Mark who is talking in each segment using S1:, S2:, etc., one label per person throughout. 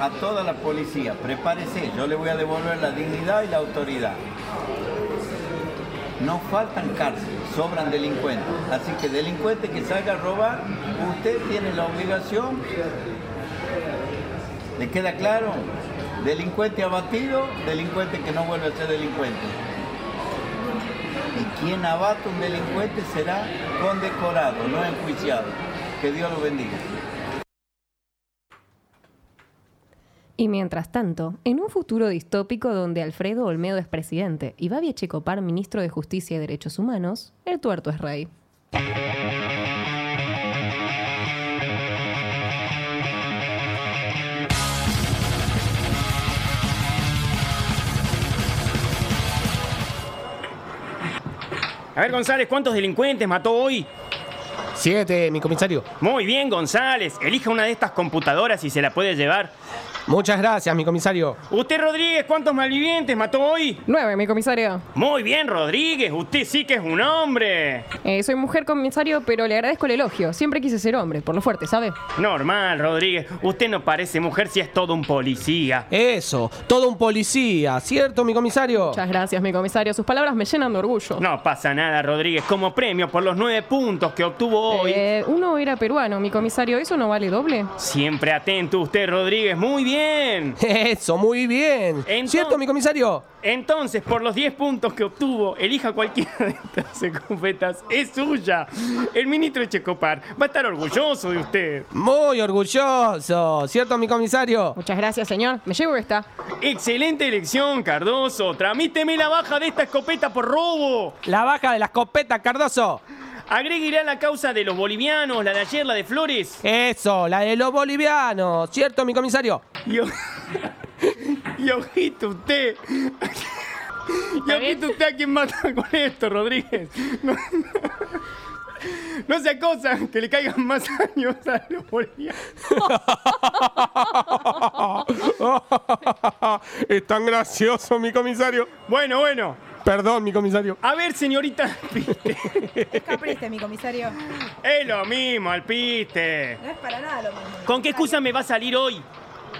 S1: a toda la policía, prepárese, yo le voy a devolver la dignidad y la autoridad. No faltan cárceles, sobran delincuentes. Así que delincuente que salga a robar, usted tiene la obligación. ¿Le queda claro? Delincuente abatido, delincuente que no vuelve a ser delincuente. Y quien abate un delincuente será condecorado, no enjuiciado. Que Dios lo bendiga.
S2: Y mientras tanto, en un futuro distópico donde Alfredo Olmedo es presidente y Babi Checopar ministro de Justicia y Derechos Humanos, el tuerto es rey.
S3: A ver, González, ¿cuántos delincuentes mató hoy?
S4: Siete, mi comisario.
S3: Muy bien, González. Elija una de estas computadoras y se la puede llevar.
S4: Muchas gracias, mi comisario.
S3: Usted, Rodríguez, ¿cuántos malvivientes mató hoy?
S2: Nueve, mi comisario.
S3: Muy bien, Rodríguez. Usted sí que es un hombre.
S2: Eh, soy mujer comisario, pero le agradezco el elogio. Siempre quise ser hombre, por lo fuerte, ¿sabe?
S3: Normal, Rodríguez. Usted no parece mujer si es todo un policía.
S4: Eso, todo un policía, ¿cierto, mi comisario?
S2: Muchas gracias, mi comisario. Sus palabras me llenan de orgullo.
S3: No pasa nada, Rodríguez. Como premio por los nueve puntos que obtuvo hoy.
S2: Eh, uno era peruano, mi comisario. ¿Eso no vale doble?
S3: Siempre atento usted, Rodríguez. Muy bien.
S4: Eso, muy bien.
S3: Entonces-
S4: ¿Cierto, mi comisario?
S3: Entonces, por los 10 puntos que obtuvo, elija cualquiera de estas escopetas. Es suya. El ministro Checopar va a estar orgulloso de usted.
S4: Muy orgulloso, ¿cierto, mi comisario?
S2: Muchas gracias, señor. Me llevo esta.
S3: Excelente elección, Cardoso. Tramíteme la baja de esta escopeta por robo.
S4: La baja de la escopeta, Cardoso.
S3: Agreguirá la causa de los bolivianos, la de ayer, la de Flores.
S4: Eso, la de los bolivianos, ¿cierto, mi comisario?
S3: Y, o- y ojito usted. Y ojito usted a quien mata con esto, Rodríguez. No, no sea cosa que le caigan más años a los bolivianos.
S4: es tan gracioso, mi comisario.
S3: Bueno, bueno.
S4: Perdón, mi comisario.
S3: A ver, señorita Alpiste.
S5: Capriste, mi comisario. No
S3: Es lo mismo, Alpiste.
S5: es para nada lo mismo.
S3: ¿Con qué excusa me va a salir hoy?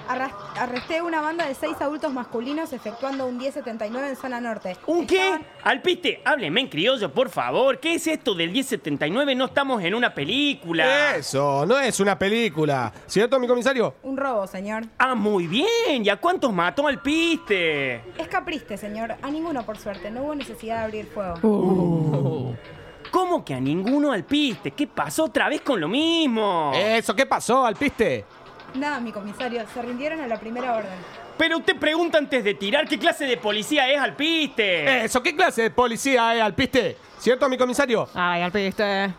S5: Arras- Arresté una banda de seis adultos masculinos efectuando un 1079 en zona norte.
S3: ¿Un qué?
S5: Estaban-
S3: Alpiste, hábleme en criollo, por favor. ¿Qué es esto del 1079? No estamos en una película.
S4: Eso, no es una película, ¿cierto, mi comisario?
S5: Un robo, señor.
S3: Ah, muy bien. ¿Y a cuántos mató Alpiste?
S5: Es capriste, señor. A ninguno, por suerte. No hubo necesidad de abrir fuego.
S3: Uh. ¿Cómo que a ninguno Alpiste? ¿Qué pasó otra vez con lo mismo?
S4: Eso, ¿qué pasó, Alpiste?
S5: Nada, mi comisario. Se rindieron a la primera orden.
S3: Pero usted pregunta antes de tirar qué clase de policía es Alpiste.
S4: Eso, ¿qué clase de policía es, Alpiste? ¿Cierto, mi comisario?
S2: Ay, alpiste.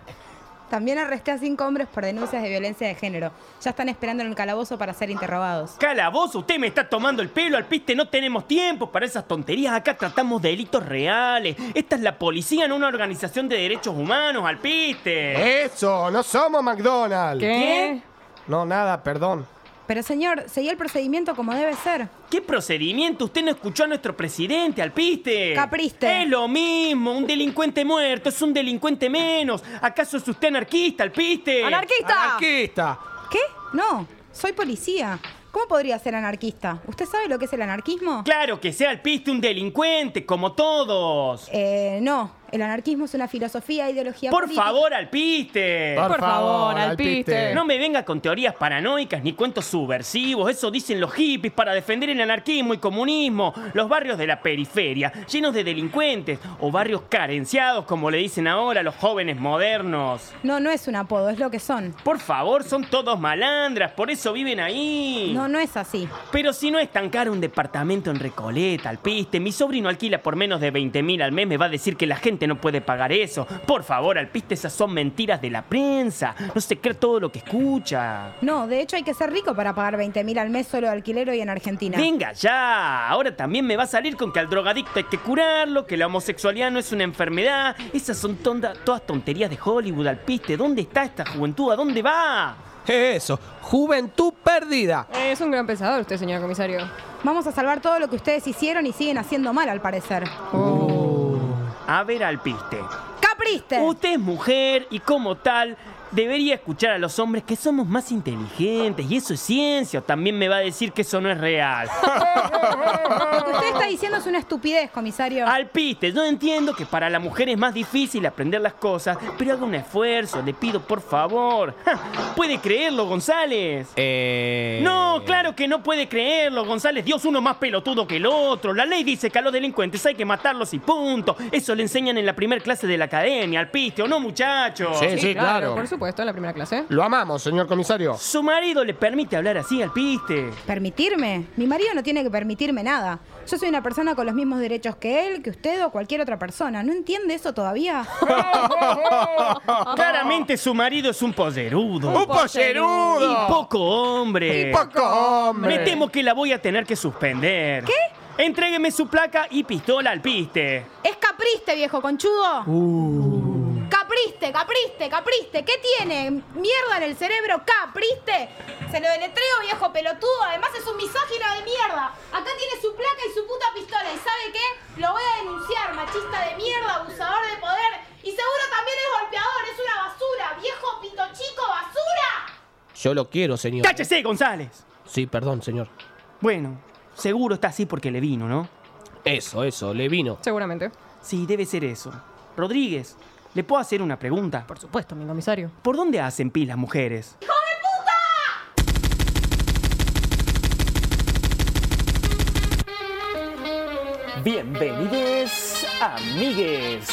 S5: También arresté a cinco hombres por denuncias de violencia de género. Ya están esperando en el calabozo para ser interrogados.
S3: Calabozo, usted me está tomando el pelo, Alpiste, no tenemos tiempo para esas tonterías. Acá tratamos de delitos reales. Esta es la policía, no una organización de derechos humanos,
S5: ¿Eh?
S3: Alpiste.
S4: Eso, no somos McDonald's.
S2: ¿Qué?
S4: No, nada, perdón.
S5: Pero, señor, seguí el procedimiento como debe ser.
S3: ¿Qué procedimiento? Usted no escuchó a nuestro presidente, Alpiste.
S5: Capriste.
S3: Es lo mismo, un delincuente muerto es un delincuente menos. ¿Acaso es usted anarquista, Alpiste?
S4: Ah.
S2: ¡Anarquista!
S4: Anarquista.
S5: ¿Qué? No, soy policía. ¿Cómo podría ser anarquista? ¿Usted sabe lo que es el anarquismo?
S3: Claro que sea Alpiste un delincuente, como todos.
S5: Eh, no, el anarquismo es una filosofía, ideología.
S3: Por
S5: política.
S3: favor, Alpiste.
S4: Ah,
S2: Por favor, Alpiste.
S3: No me venga con teorías paranoicas ni cuentos subversivos. Eso dicen los hippies para defender el anarquismo y comunismo. Los barrios de la periferia, llenos de delincuentes. O barrios carenciados, como le dicen ahora los jóvenes modernos.
S5: No, no es un apodo, es lo que son.
S3: Por favor, son todos malandras, por eso viven ahí.
S5: No, no es así.
S3: Pero si no es tan caro un departamento en Recoleta, Alpiste, mi sobrino alquila por menos de 20 mil al mes, me va a decir que la gente no puede pagar eso. Por favor, Alpiste, esas son mentiras de la prensa. No se cree todo lo que escucha.
S5: No, de hecho hay que ser rico para pagar 20 mil al mes solo de alquiler hoy en Argentina.
S3: Venga ya, ahora también me va a salir con que al drogadicto hay que curarlo, que la homosexualidad no es una enfermedad. Esas son tonda- todas tonterías de Hollywood, Alpiste. ¿Dónde está esta juventud? ¿A dónde va?
S4: Eso, juventud perdida.
S2: Es un gran pensador usted, señor comisario.
S5: Vamos a salvar todo lo que ustedes hicieron y siguen haciendo mal, al parecer.
S3: A ver, Alpiste.
S5: ¡Capri! abriste.
S3: Usted es mujer y como tal debería escuchar a los hombres que somos más inteligentes y eso es ciencia. O También me va a decir que eso no es real.
S5: Lo que usted está diciendo es una estupidez, comisario.
S3: Al piste, yo entiendo que para la mujer es más difícil aprender las cosas, pero haga un esfuerzo, le pido por favor. Ja, ¿Puede creerlo, González?
S6: Eh...
S3: No, claro que no puede creerlo, González. Dios, uno más pelotudo que el otro. La ley dice que a los delincuentes hay que matarlos y punto. Eso le enseñan en la primer clase de la academia, al piste, ¿o no, muchachos?
S4: Sí, sí, claro.
S2: Por supuesto, en la primera clase.
S4: Lo amamos, señor comisario.
S3: Su marido le permite hablar así al piste.
S5: ¿Permitirme? Mi marido no tiene que permitirme nada. Yo soy una persona con los mismos derechos que él, que usted o cualquier otra persona. ¿No entiende eso todavía?
S3: Claramente su marido es un
S4: Oh. ¡Un
S3: pollerudo.
S4: pollerudo!
S3: Y poco hombre.
S4: Y poco hombre!
S3: Me temo que la voy a tener que suspender. ¿Qué? Entrégueme su placa y pistola al piste.
S7: Es capriste, viejo conchudo. Capriste, capriste, capriste. ¿Qué tiene? Mierda en el cerebro, capriste. Se lo deletreo, viejo pelotudo. Además es un misógino de mierda. Acá tiene su placa y su puta pistola. ¿Y sabe qué? Lo voy a denunciar, machista de mierda, abusador de poder. Y seguro también es golpeador, es una basura. Viejo pito chico, basura.
S6: Yo lo quiero, señor.
S3: ¡Cállese, González!
S6: Sí, perdón, señor.
S3: Bueno, seguro está así porque le vino, ¿no?
S6: Eso, eso, le vino.
S2: Seguramente.
S3: Sí, debe ser eso. Rodríguez, ¿le puedo hacer una pregunta?
S2: Por supuesto, mi comisario.
S3: ¿Por dónde hacen pis las mujeres?
S8: Bienvenides, amigues.